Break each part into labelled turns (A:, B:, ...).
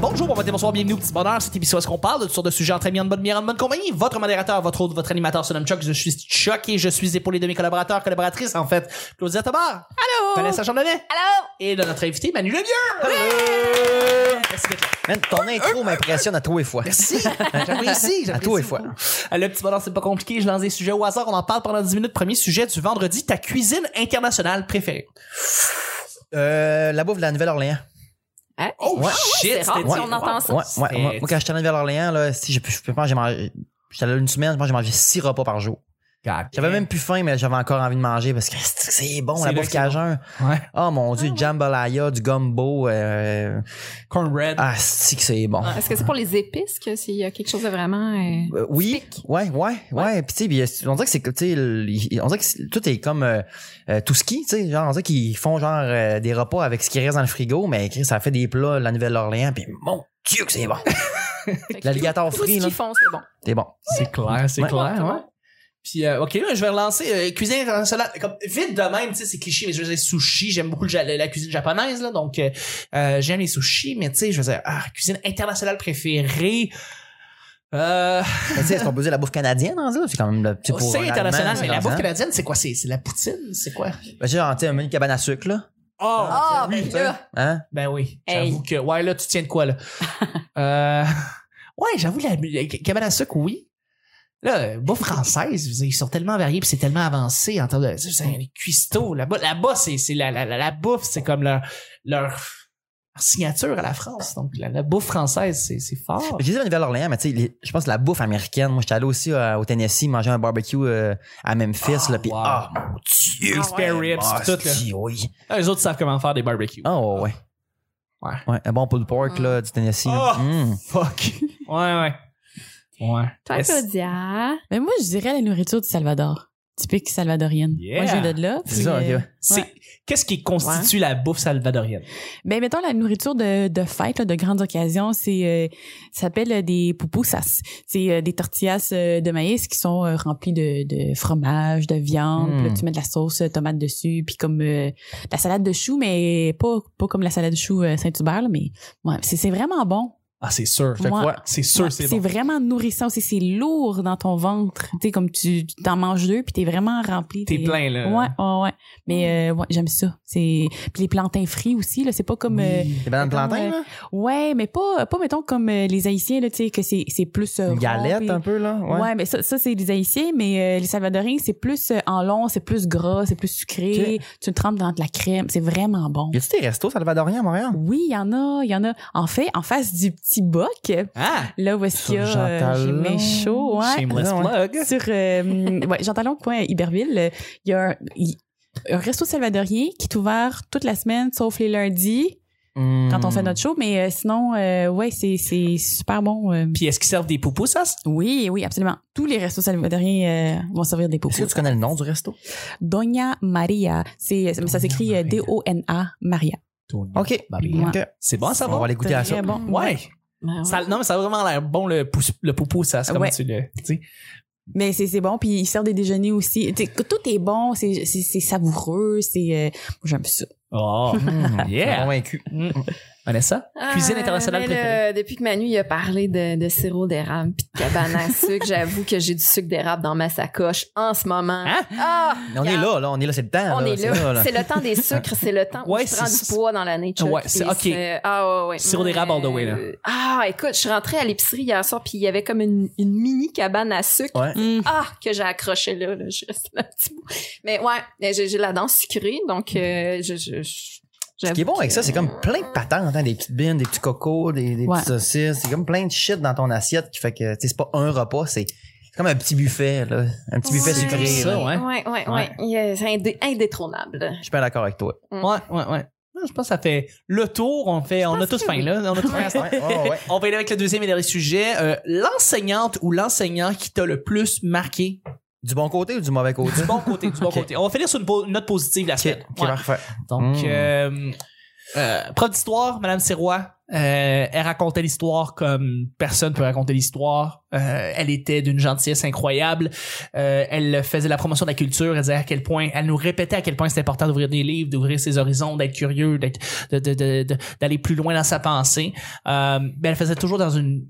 A: bon matin, bonsoir, bienvenue au Petit Bonheur. Cette émission, où est-ce qu'on parle de toutes sortes de sujets entre amis, en bonne bière, en bonne compagnie? Votre modérateur, votre hôte, votre animateur se nomme Chuck. Je suis Chuck et je suis épaulé de mes collaborateurs, collaboratrices, en fait. Claudia Tabar.
B: Allô?
A: Vanessa Chandonnet.
B: Allô?
A: Et de notre invité, Manu Lemieux. Merci d'être là.
C: Man, ton intro m'impressionne à tous les fois.
A: Merci. J'apprécie.
C: À tous les fois.
A: Euh, Le petit bonheur, c'est pas compliqué. Je lance des sujets au hasard. On en parle pendant 10 minutes. Premier sujet du vendredi, ta cuisine internationale préférée.
C: Euh, la bouffe de la Nouvelle-Orléans.
B: Hein?
A: Oh,
C: Ouais.
A: shit,
B: C'est rare
A: c'était-
B: si on entend ça.
C: Ouais,
A: C'était-
C: ouais, ouais. Moi, quand j'étais à la Nouvelle-Orléans, là, si je, je pense, j'ai mangé, j'étais là une semaine, je pense, que j'ai mangé six repas par jour.
A: God.
C: J'avais même plus faim, mais j'avais encore envie de manger parce que c'est c'est bon,
A: C'est
C: la
A: vrai
C: bouffe
A: que c'est
C: cajun.
A: Ouais.
C: Oh mon dieu,
B: Ah ouais.
C: jambalaya, du gumbo, euh,
A: Cornbread.
C: ah, si que c'est bon.
B: Est-ce que c'est pour les épices que s'il y a quelque chose de vraiment. euh,
C: Euh, oui,
B: Typique.
C: ouais, ouais, ouais. Puis tu sais, on dirait que c'est que, tu sais, le- il- on dirait que c'est- tout est comme euh, euh, tout ski, tu sais, genre on dirait qu'ils font genre euh, des repas avec ce qui reste dans le frigo, mais Chris, ça fait des plats la Nouvelle-Orléans, puis mon Dieu que c'est bon,
B: fait que
C: l'alligator
B: Tout
C: frit
B: ce
C: là,
B: qu'ils font, c'est bon.
C: c'est bon.
A: C'est clair, c'est
C: Ouais.
A: clair, ouais. Puis, euh, ok, là, je vais relancer euh, cuisine internationale. Comme, vite de même, tu sais, c'est cliché, mais je veux dire sushi. J'aime beaucoup le ja- la cuisine japonaise, là. Donc, euh, euh, j'aime les sushis, mais tu sais, je veux dire, ah, cuisine internationale préférée. Euh,
C: Mais tu sais, est-ce qu'on peut dire la bouffe canadienne en ça? C'est quand même le petit pour
A: c'est
C: un
A: international,
C: Allemand, hein?
A: mais la
C: c'est
A: bouffe
C: comme ça.
A: canadienne, c'est quoi? C'est c'est la poutine? C'est quoi?
C: Ben, tu sais, genre, tu sais, un menu cabane à sucre là,
A: Oh!
B: Ah,
C: oui,
B: ben
C: tu sais.
B: là.
C: hein?
A: Ben oui.
B: Hey.
A: J'avoue que, ouais, là, tu tiens de quoi, là? euh, ouais, j'avoue, la, la cabane à sucre, oui. Là, euh, bouffe française, je veux dire, ils sont tellement variés puis c'est tellement avancé en termes de. je veux dire, Les cuistots, là-bas, là-bas, c'est, c'est la, la, la, la bouffe, c'est comme leur, leur, leur signature à la France. Donc, la, la bouffe française, c'est, c'est fort.
C: J'ai dit la Nouvelle-Orléans, mais tu sais, les- je pense que la bouffe américaine. Moi, j'étais allé aussi euh, au Tennessee manger un barbecue euh, à Memphis là, puis
A: wow.
C: ah mon Dieu,
B: Ah,
A: spare
C: ouais,
A: ribs,
C: ah,
A: tout, là.
C: si, oui.
A: Ah, Les autres savent comment faire des barbecues.
C: Ah ouais, ouais.
A: Ouais.
C: un bon pulled pork
B: Mm.
C: là, du Tennessee. là.
A: Oh!
C: Mm.
A: Fuck. ouais, ouais. Ouais.
B: Toi,
A: Yes.
B: Claudia.
D: Mais moi, je dirais la nourriture du Salvador. Typique salvadorienne.
A: Yeah.
D: Moi, je viens de là.
C: C'est
D: puis,
C: ça,
D: euh,
C: ok.
A: C'est, qu'est-ce qui constitue la bouffe salvadorienne?
D: Ben, mettons, la nourriture de, de fête, là, de grandes occasions, c'est, euh, ça s'appelle euh, des pupusas. C'est euh, des tortillas euh, de maïs qui sont euh, remplies de, de fromage, de viande.
C: Mm.
A: Hmm.
D: Puis là, tu mets de la sauce euh, tomate dessus, puis comme euh, la salade de choux, mais pas, pas comme la salade de choux euh, Saint-Hubert, là, mais ouais, c'est, c'est vraiment bon.
A: Ah, c'est sûr.
D: te Moi- crois.
A: C'est sûr,
D: Ouais,
A: c'est
D: c'est
A: bon.
D: vraiment nourrissant aussi. C'est lourd dans ton ventre. Tu sais, comme tu tu t'en manges deux, puis t'es vraiment rempli.
A: T'es
D: des-
A: plein, là.
D: Ouais, ouais, ouais. Mais euh, ouais, j'aime ça. C'est puis les plantains frits aussi là, c'est pas comme euh,
C: Les bananes
D: Comme,
C: plantain,
D: euh,
C: là?
D: ouais, mais pas pas mettons comme euh, les haïtiens là, tu sais que c'est c'est plus euh,
C: Une
D: rond,
C: galette hein.
D: puis-
C: un peu, là?
D: Ouais. mais ça, ça c'est les haïtiens, mais euh, les salvadoriens, c'est plus euh, en long, c'est plus gras, c'est plus sucré. Tu le trempes dans de la crème, c'est vraiment bon.
C: Y a-tu des restos salvadoriens à Montréal?
D: Oui, il y en a, il y en a. En fait, en face du petit boc,
A: Ah!
D: là où est-ce qu'il y a
C: Sur Jean
D: euh, j'ai
C: Talon.
D: mes shows, ouais.
A: Shameless
C: Ah Ouais,
A: plug.
D: sur euh, ouais, Jean Talon, coin Iberville, euh, il y a un, il- un resto salvadorien qui est ouvert toute la semaine, sauf les lundis, quand
C: Hmm. Hum.
D: on fait notre show. Mais euh, sinon, euh, ouais, c'est, c'est super bon. euh.
A: Puis est-ce qu'ils servent des poupous, ça?
D: Oui, oui, absolument. Tous les restos salvadoriens euh, vont servir des
C: Est-ce que tu
D: pupusas.
C: connais le nom du resto?
D: Dona Maria, c'est, ça s'écrit euh,
A: Maria.
D: D-O-N-A Maria.
C: OK.
A: Maria.
C: Ok.
A: C'est bon, ça
C: On va
A: va?
C: aller goûter à
D: C'est
C: ça.
D: très bon.
A: Ouais.
B: Ben
A: Ça- non, mais ça a vraiment l'air bon, le, pou le poupou, ça. C'est comment
D: Ouais.
A: tu le. tu sais.
D: Mais c'est, c'est bon, puis ils servent des déjeuners aussi. Tu sais, tout est bon, c'est, c'est, c'est savoureux, c'est... euh, j'aime ça.
A: Oh,
C: Mm. Je suis
A: yeah.
C: Convaincu.
A: Vanessa? Cuisine
B: Ah,
A: internationale
B: mais là,
A: préférée.
B: depuis que Manu il a parlé de, de sirop d'érable puis de cabane à sucre, j'avoue que j'ai du sucre d'érable dans ma sacoche en ce moment.
A: Hein?
B: Ah!
C: On est là, là. On est là, Ah. c'est le temps.
B: On est
C: Ah c'est
B: là. C'est le temps des sucres, c'est le temps où
A: Ouais,
B: tu prends
A: c'est-
B: du poids dans la nature.
A: Ouais, c'est- ok.
B: Ah ouais, ouais.
A: Sirop d'érable all the way, là.
B: Euh, Ah, écoute, je suis rentrée à l'épicerie hier soir, puis il y avait comme une, une mini cabane à sucre.
C: Ouais.
B: Ah, que j'ai accroché là, là. Je reste là un petit bout. Mais ouais, mais j'ai j'ai la danse sucrée, donc euh, je... je, je-
C: Ce qui est bon avec ça, c'est
B: j'avoue
C: comme plein de patentes, hein, des petites bines, des petits cocos, des, des
D: Ouais.
C: petites saucisses. C'est comme plein de shit dans ton assiette qui fait que, tu sais, c'est pas un repas, c'est c'est comme un petit buffet, là. Un petit buffet
B: Ouais.
C: sucré.
B: C'est
A: ça,
C: là.
A: ouais.
B: que- Ouais, ouais, ouais. Il est indé- indétrônable.
C: Je suis pas d'accord avec toi.
A: Ouais, ouais, ouais. Non, Je pense que ça fait le tour. On, fait, on a tous
B: que
A: faim,
B: oui.
A: là. On a tous faim à ce
C: Ouais, ouais, ouais.
A: On va aller avec le deuxième et dernier sujet. Euh, L'enseignante ou l'enseignant qui t'a le plus marqué
C: Du bon côté ou du mauvais côté?
A: du bon côté, du bon
C: Ok.
A: côté. On va finir sur une, po- une note positive la
C: Ok,
A: semaine.
C: ok,
A: Ouais.
C: parfait.
A: Donc,
C: Mm.
A: euh, euh, prof d'histoire, Madame Sirois, Euh, elle racontait l'histoire comme personne peut raconter l'histoire. Euh, elle était d'une gentillesse incroyable. Euh, elle faisait la promotion de la culture. Elle disait à quel point, elle nous répétait à quel point c'était important d'ouvrir des livres, d'ouvrir ses horizons, d'être curieux, d'être, de, de- de- de- d'aller plus loin dans sa pensée. Euh, mais elle faisait toujours dans une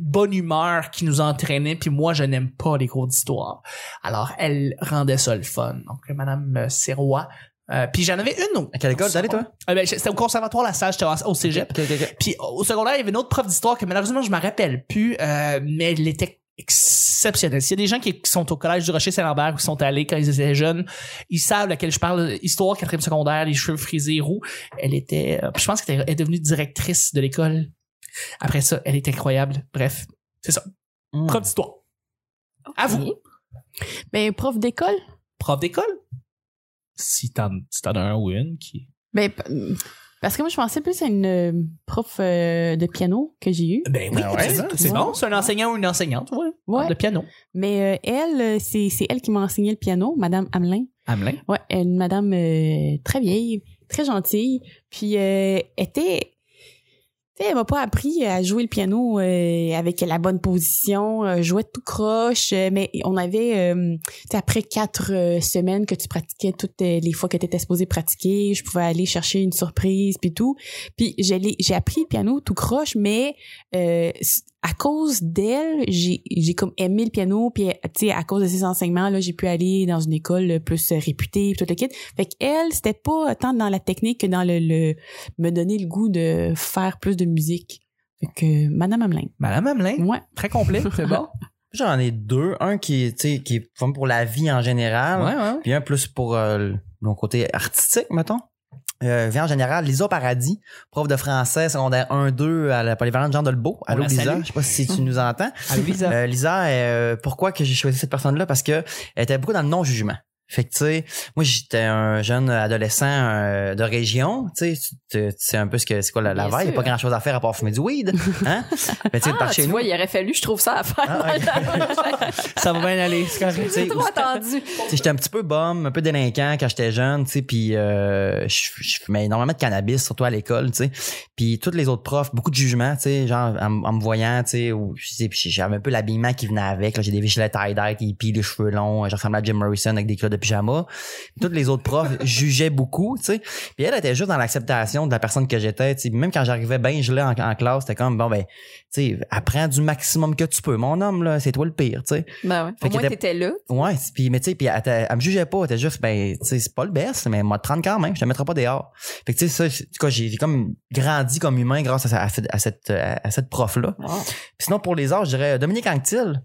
A: bonne humeur qui nous entraînait. Puis moi, je n'aime pas les cours d'histoire. Alors, elle rendait ça le fun. Donc, Madame euh, Sirois. Euh, puis j'en avais une autre.
C: À quelle école t'es allé, toi?
A: Ah ben, c'était au conservatoire La Sage, j'étais au au cégep.
C: Ok, ok, ok.
A: Puis au secondaire, il y avait une autre prof d'histoire que malheureusement, je me rappelle plus, euh, mais elle était exceptionnelle. S'il y a des gens qui, qui sont au collège du Rocher-Saint-Lambert ou qui sont allés quand ils étaient jeunes, ils savent laquelle je parle. Histoire, quatrième secondaire, les cheveux frisés roux. Elle était, euh, je pense qu'elle était- est devenue directrice de l'école. Après ça, elle est incroyable. Bref, c'est ça.
C: Mm.
A: Prof d'histoire. À vous.
D: Ben, prof d'école?
A: Prof d'école. Si t'en si t'en as un ou une qui...
D: Ben, p- euh, parce que moi, je pensais plus à une euh, prof euh, de piano que j'ai eue.
A: Ben oui,
C: Ah ouais,
A: c'est-
C: ça,
A: c'est
D: ouais.
A: bon. C'est un enseignant ou une enseignante, ouais.
D: Ouais.
A: De piano.
D: Mais euh, elle, euh, c'est c'est elle qui m'a enseigné le piano, Madame Hamelin.
A: Hamelin.
D: Ouais, une madame euh, très vieille, très gentille, puis euh, était tu sais, elle m'a pas appris à jouer le piano euh, avec la bonne position, euh, jouait tout croche, euh, mais on avait, euh, tu sais, après quatre euh, semaines que tu pratiquais toutes euh, les fois que tu étais supposé pratiquer, je pouvais aller chercher une surprise puis tout. Puis je l'ai- j'ai appris le piano tout croche, mais euh, s- à cause d'elle, j'ai j'ai comme aimé le piano, puis euh, tu sais, à cause de ses enseignements là, j'ai pu aller dans une école euh, plus euh, réputée, puis tout le kit. Fait qu'elle, c'était pas tant dans la technique que dans le, le me donner le goût de faire plus de musique. Fait que Madame Hamelin.
A: Madame Hamelin.
D: Ouais.
A: Très complet, c'est bon.
C: J'en ai deux. Un qui est, tu sais, qui est comme pour la vie en général.
A: ouais.
C: Puis un plus pour euh, le- mon côté artistique, mettons. Euh, vie en général, Lisa Paradis, prof de français secondaire 1-2 à la polyvalente Jean Delbeau. Allô,
A: la
C: Lisa.
A: salue.
C: Je sais pas si tu nous entends.
A: Allô, Lisa.
C: Euh, Lisa, euh, pourquoi que j'ai choisi cette personne-là? Parce que elle était beaucoup dans le non-jugement. Fait que, tu sais, moi, j'étais un jeune adolescent euh, de région, tu sais, tu- tu tu sais un peu ce que c'est quoi la, la
B: Bien
C: vibe, il n'y a
B: sûr.
C: pas grand-chose à faire à part fumer du weed, hein? Mais tu sais,
B: Ah,
C: par
B: tu
C: chez nous,
B: vois, il aurait fallu, je trouve ça à faire.
C: Ah,
A: Ça va bien aller, c'est correct.
B: J'ai trop attendu.
C: Tu sais, j'étais un petit peu bum, un peu délinquant quand j'étais jeune, tu sais, puis euh, je, je fumais énormément de cannabis, surtout à l'école, tu sais. Puis tous les autres profs, beaucoup de jugements, tu sais, genre en, m- en me voyant, tu sais, ou tu sais, puis j'avais un peu l'habillement qui venait avec, là, j'ai des gilets tie-dye, qui pillent les cheveux longs, euh, je ressemblais à Jim Morrison avec des culottes de pyjama. Tous les autres profs jugeaient beaucoup, tu sais. Puis elle était juste dans l'acceptation de la personne que j'étais, tu sais. Même quand j'arrivais bien gelé en, en classe, c'était comme bon ben, tu sais, apprends du maximum que tu peux, mon homme là, c'est toi le pire, tu sais.
B: Ben ouais.
C: Fait
B: Au
C: qu'il
B: moins,
C: était-
B: t'étais là.
C: Ouais, c'est- puis mais tu sais, puis elle, t'a- elle me jugeait pas, elle était juste ben tu sais c'est pas le best, mais moi 30 quand même, je te mettrai pas dehors. Fait que tu sais ça, c'est- en tout cas, j'ai j'ai comme grandi comme humain grâce à, sa- à cette à cette à cette prof là. Sinon pour les arts, je dirais Dominique Anctil.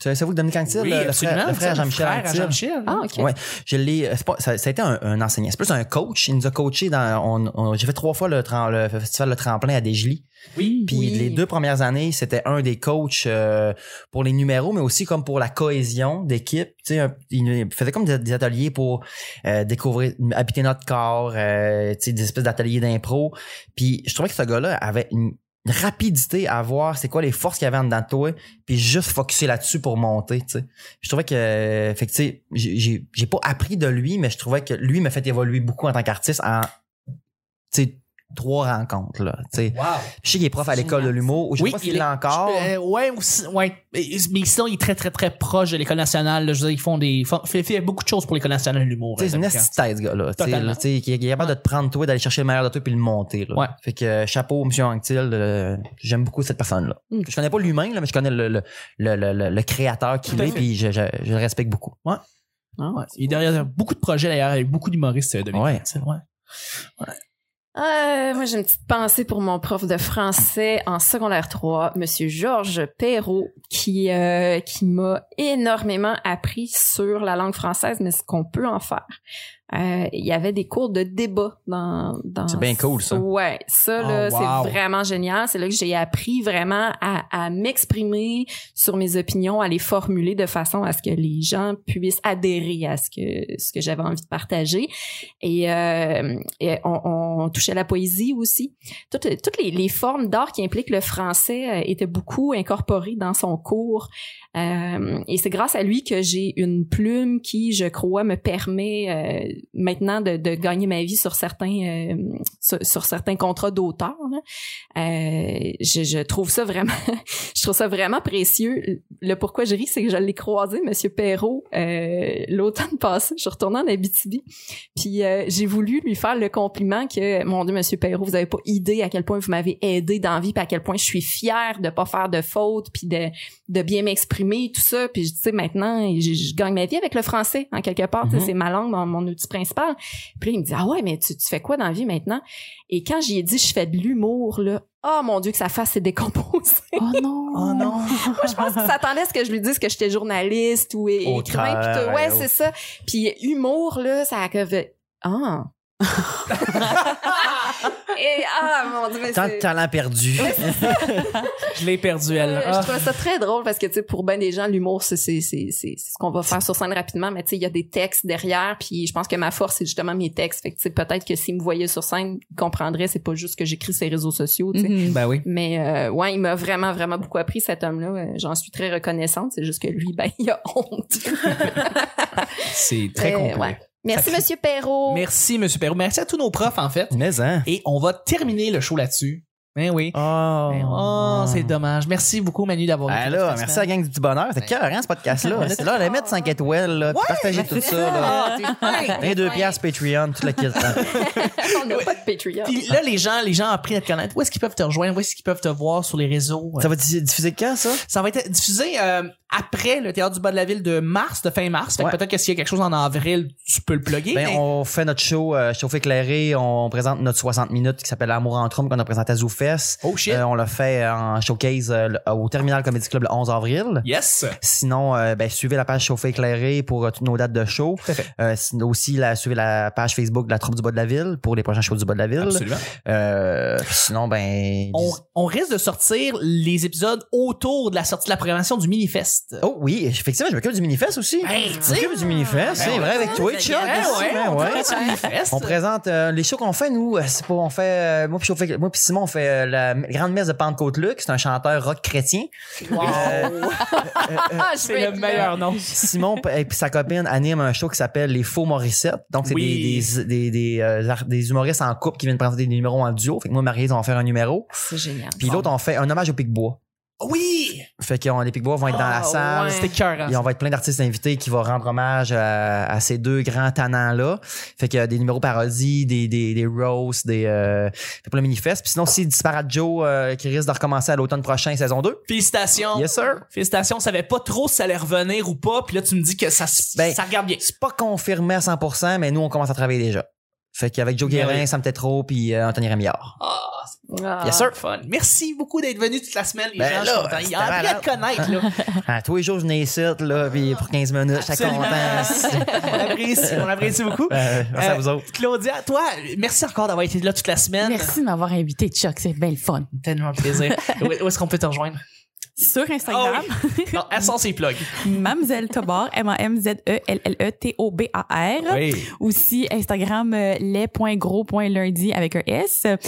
C: Tu savez vous que Dominique Anctil, le, le frère, le frère à Jean-Michel Anctil.
B: Ah, OK.
C: Ouais. Je l'ai, euh, c'est pas- ça, ça a été un, un enseignant. C'est plus un coach. Il nous a coaché dans, on, on- j'ai fait trois fois le, tran- le festival Le Tremplin à Desjolies.
A: Oui.
C: Puis
B: Oui.
C: les deux premières années, c'était un des coachs euh, pour les numéros, mais aussi comme pour la cohésion d'équipe. Tu sais, un- il nous- il faisait comme des, des ateliers pour euh, découvrir, habiter notre corps, euh, tu sais, des espèces d'ateliers d'impro. Puis je trouvais que ce gars-là avait une rapidité à voir c'est quoi les forces qu'il y avait en dedans de toi puis juste focuser là-dessus pour monter tu sais je trouvais que fait que tu sais j'ai- j'ai j'ai pas appris de lui mais je trouvais que lui m'a fait évoluer beaucoup en tant qu'artiste en tu sais trois rencontres là tu sais
A: Wow.
C: je sais qu'il est prof à l'école de l'humour. ou Je sais pas s'il
A: est-
C: l'est encore.
A: Euh, ouais, aussi- ouais. Et- Mais sinon, il est très, très, très proche de l'École nationale. là. Je veux dire, ils font des. font- fait, fait beaucoup de choses pour l'École nationale de l'humour. hein,
C: Tu sais, c'est une
A: les Américains.
C: astuce tête, ce gars-là. Tu sais,
A: Totalement.
C: là, tu sais, qui est qui est capable de te prendre toi, d'aller chercher le meilleur de toi puis le monter. Là.
A: Ouais.
C: Fait que euh, chapeau, monsieur Anctil, euh, j'aime beaucoup cette personne-là.
D: Mm.
C: Je connais pas l'humain, là, mais je connais le, le, le, le- le- le créateur qu'il
A: Tout à
C: est,
A: fait.
C: puis je, je, je le respecte beaucoup. Ouais.
A: Ouais. Il est derrière beaucoup de projets, d'ailleurs, avec beaucoup d'humoristes euh, de
C: Ouais.
A: l'École, tu sais, ouais.
B: Euh, moi, j'ai une petite pensée pour mon prof de français en secondaire 3, Monsieur Georges Perrault, qui, euh, qui m'a énormément appris sur la langue française, mais ce qu'on peut en faire. Euh, Il y avait des cours de débat dans... dans
C: C'est bien cool, ça.
B: Ouais, ça,
A: Oh,
B: là,
A: wow.
B: c'est vraiment génial. C'est là que j'ai appris vraiment à, à m'exprimer sur mes opinions, à les formuler de façon à ce que les gens puissent adhérer à ce que, ce que j'avais envie de partager. Et, euh, et on, on touchait à la poésie aussi. Toutes, toutes les, les formes d'art qui impliquent le français euh, étaient beaucoup incorporées dans son cours. Euh, et c'est grâce à lui que j'ai une plume qui, je crois, me permet euh, maintenant de, de gagner ma vie sur certains euh, sur, sur certains contrats d'auteur. là. Euh, je, je trouve ça vraiment, je trouve ça vraiment précieux. Le pourquoi je ris, c'est que je l'ai croisé, Monsieur Perrault, euh, l'automne passé. Je suis retournée en Abitibi, puis euh, j'ai voulu lui faire le compliment que, mon Dieu, Monsieur Perrault, vous avez pas idée à quel point vous m'avez aidé dans la vie, puis à quel point je suis fière de pas faire de fautes, puis de de bien m'exprimer, tout ça. Puis tu sais, maintenant, je, je gagne ma vie avec le français, en quelque part. Tu sais,
C: Mhm.
B: C'est ma langue, mon, mon outil principal. Puis là, il me dit, ah ouais, mais tu, tu fais quoi dans la vie maintenant? Et quand j'y ai dit, je fais de l'humour, là, oh mon Dieu, que sa face s'est décomposée.
D: Oh non!
A: Oh non.
B: Moi, je pense qu'il s'attendait à ce que je lui dise que j'étais journaliste ou é-
C: Au
B: écrivain. puis
C: travail,
B: tout. ouais,
C: au-
B: c'est ça. Puis humour, là, ça a que... Ah! Et, ah, mon Dieu, mais
C: Tant
B: c'est-
C: de talent perdu.
A: Je l'ai perdu,
B: euh,
A: elle. Ah.
B: Je
C: Ah.
B: trouve ça très drôle parce que tu sais pour ben des gens l'humour c'est c'est c'est c'est c'est ce qu'on va faire sur scène rapidement mais tu sais il y a des textes derrière puis je pense que ma force c'est justement mes textes fait que tu sais peut-être que s'ils me voyaient sur scène ils comprendraient c'est pas juste que j'écris ces réseaux sociaux
C: Mm-hmm.
B: tu sais.
D: Mhm.
A: Ben oui.
B: Mais euh, ouais, il m'a vraiment, vraiment beaucoup appris, cet homme-là. Euh, J'en suis très reconnaissante. C'est juste que lui, ben, il a honte.
A: C'est très
B: Euh,
A: complet.
B: ouais. Merci,
A: Sacré-
B: Monsieur Perrault.
A: Eh, Oh. Merci, M. Perrault. Merci à tous nos profs, en fait.
C: Mais hein.
A: Et on va terminer le show là-dessus. Ben oui.
C: Oh,
A: Ben, Oh, c'est dommage. Merci beaucoup, Manu, d'avoir
C: Ah
A: été
C: là,
A: notre
C: merci à
A: semaine.
C: la gang du petit bonheur. C'est
A: Ouais.
C: cœur, hein, ce podcast-là. C'est là, allez mettre 5 étoiles, là, puis partagez tout ça, là.
A: Ah, t'es fin.
C: Les deux piastres Patreon, toute la kit.
B: On n'a pas de Patreon.
A: Puis là, les gens, les gens ont appris à te connaître. Où est-ce qu'ils peuvent te rejoindre? Où est-ce qu'ils peuvent te voir sur les réseaux?
C: Ça va diffu- diffuser quand, ça?
A: Ça va être diffusé euh, après le Théâtre du bas de la ville de mars, de fin mars. Fait que
C: Ouais.
A: peut-être que s'il y a quelque chose en avril, tu peux le plugger.
C: Ben,
A: mais-
C: on fait notre show, euh, chauffe éclairé. On présente notre 60 minutes qui s'appelle Amour en trompe qu'on a présenté à ZooFest.
A: Oh shit.
C: Euh, on l'a fait en showcase euh, le- au Terminal Comedy Club le 11 avril.
A: yes.
C: Sinon, euh, ben, suivez la page Chauffé éclairé pour euh, toutes nos dates de show.
A: Tout à fait.
C: Euh, sin- aussi, la, suivez la page Facebook de la troupe du bas de la ville pour les prochains shows du bas de la ville.
A: Absolument.
C: Euh, sinon, ben...
A: On, on risque de sortir les épisodes autour de la sortie de la programmation du Minifest.
C: Oh oui, effectivement, je m'occupe du minifest aussi.
A: Hey,
C: je
A: tu sais.
C: m'occupe du minifest, c'est
A: Ben,
C: vrai, avec toi, Chuck. aussi, ben,
A: on
C: ouais.
A: dirait que c'est le Minifest.
C: On présente euh, les shows qu'on fait, nous. euh, C'est pas, on fait, euh, moi, puis Chauffé Éclairé- moi puis Simon, on fait euh, la grande messe de Pentecôte-Luc. C'est un chanteur rock chrétien.
B: Oh.
A: Wow.
C: Euh,
B: Ah, je veux
A: C'est
B: être
A: le
B: là.
A: meilleur nom.
C: Simon p- et puis sa copine animent un show qui s'appelle Les Faux Morissettes. Donc, c'est
A: Oui.
C: des, des, des, des, euh, ar- des humoristes en couple qui viennent présenter des numéros en duo. Fait que moi, et Marie, on va faire un numéro.
B: C'est génial.
C: Puis l'autre, on fait un hommage aux Picbois.
A: Oui.
C: Fait que euh, les Picbois vont être dans la
B: Ah,
C: salle.
B: ouais.
A: C'était cœur.
C: Et on va être plein d'artistes invités qui vont rendre hommage à, à ces deux grands talents-là. Fait qu'il y a des numéros parodies, des, des, des roasts, des, euh, fait plein de manifestes. Puis sinon, si Disparate Joe, euh, qui risque de recommencer à l'automne prochain, saison 2.
A: Félicitations.
C: Yes, sir.
A: Félicitations. On savait pas trop si ça allait revenir ou pas. Puis là, tu me dis que ça, s-
C: Ben,
A: ça regarde bien.
C: C'est pas confirmé à 100%, mais nous, on commence à travailler déjà. Fait qu'avec Joe
A: Ben
C: Guérin,
A: oui.
C: Sam Tetro, puis euh, Anthony Rémillard.
A: Ah,
B: Ah.
C: Yes, sir.
A: c'est fun. Merci beaucoup d'être venu toute la semaine, les
C: Ben
A: gens.
C: là,
A: je suis content. Il y a
C: c'était
A: appris à te connaître, là.
C: À tous les jours, je venais ici, là, puis pour 15 minutes, j'étais
A: Absolument.
C: content.
A: on l'apprécie, on l'apprécie beaucoup.
C: Euh, merci à
A: Euh,
C: vous autres.
A: Claudia, toi, merci encore d'avoir été là toute la semaine.
D: Merci de m'avoir invité, Chuck. C'est bien le fun.
A: Tellement un plaisir. où où est-ce qu'on peut te rejoindre?
D: Sur Instagram,
A: Non, à son ses plugs.
D: Mamzelle Tobar, E M-A-M-Z-E-L-L-E-T-O-B-A-R.
A: Oui.
D: Aussi Instagram, euh, les.gros.lundi avec un S. Euh,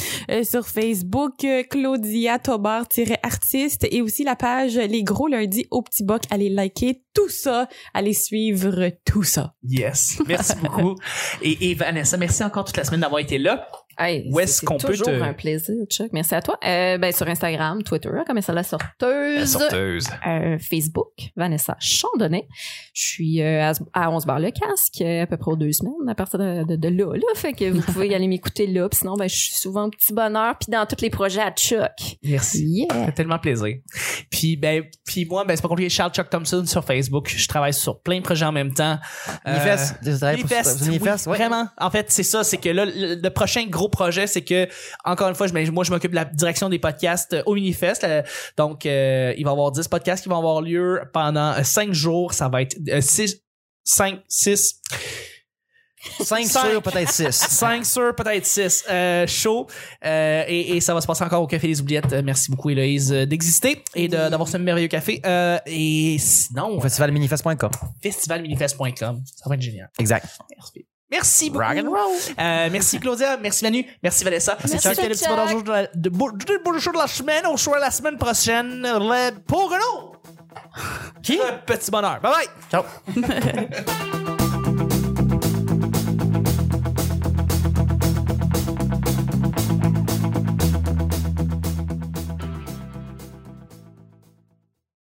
D: sur Facebook, euh, Claudia Tobar-artiste. Et aussi la page Les Gros Lundis au Petit Boc. Allez liker tout ça. Allez suivre tout ça.
A: Yes. Merci beaucoup. Et, et Vanessa, merci encore toute la semaine d'avoir été là.
B: Hey,
A: Où
B: c'est-
A: est-ce
B: c'est
A: qu'on peut
B: toujours
A: te-
B: un plaisir, Chuck. Merci à toi. Euh, ben, sur Instagram, Twitter, comme ça, la sorteuse. Euh, Facebook, Vanessa Chandonnet. Je suis euh, à, à 11 bar le casque, euh, à peu près aux deux semaines, à partir de, de- de là, là. Fait que vous pouvez y aller m'écouter là. Puis sinon, ben, je suis souvent au petit bonheur, puis dans tous les projets à Chuck.
A: Merci. Ça
B: Yeah!
A: fait tellement plaisir. Puis ben, puis moi, ben c'est pas compliqué. Charles Chuck Thompson sur Facebook. Je travaille sur plein de projets en même temps. Euh,
C: Manifeste, je travaille pour-
A: Manifeste,
C: pour Manifeste,
A: oui,
C: ouais.
A: vraiment. En fait, c'est ça, c'est que là, le, le prochain gros projet, c'est que, encore une fois, je, ben, moi, je m'occupe de la direction des podcasts euh, au Minifest. euh, donc, euh, il va y avoir 10 podcasts qui vont avoir lieu pendant 5 jours. Ça va être euh, 6, 5, 6,
C: 5
A: Cinq.
C: sur peut-être 6.
A: 5 sur peut-être 6 euh, shows. Euh, et, et ça va se passer encore au Café des Oubliettes. Euh, Merci beaucoup, Héloïse, euh, d'exister et de- d'avoir ce merveilleux café. Euh, et sinon,
C: Au festivalminifest.com.
A: festivalminifest.com. Ça va être génial.
C: Exact.
A: Merci. Merci beaucoup.
C: Rock and
A: Euh, merci Claudia, merci Manu, merci Vanessa.
B: Merci,
A: C'était le petit
B: Chuck.
A: bonheur de la, de, beau- du beau- du beau jour de la semaine. On se voit la semaine prochaine euh, pour un autre Qui? Petit bonheur. Bye bye!
C: Ciao.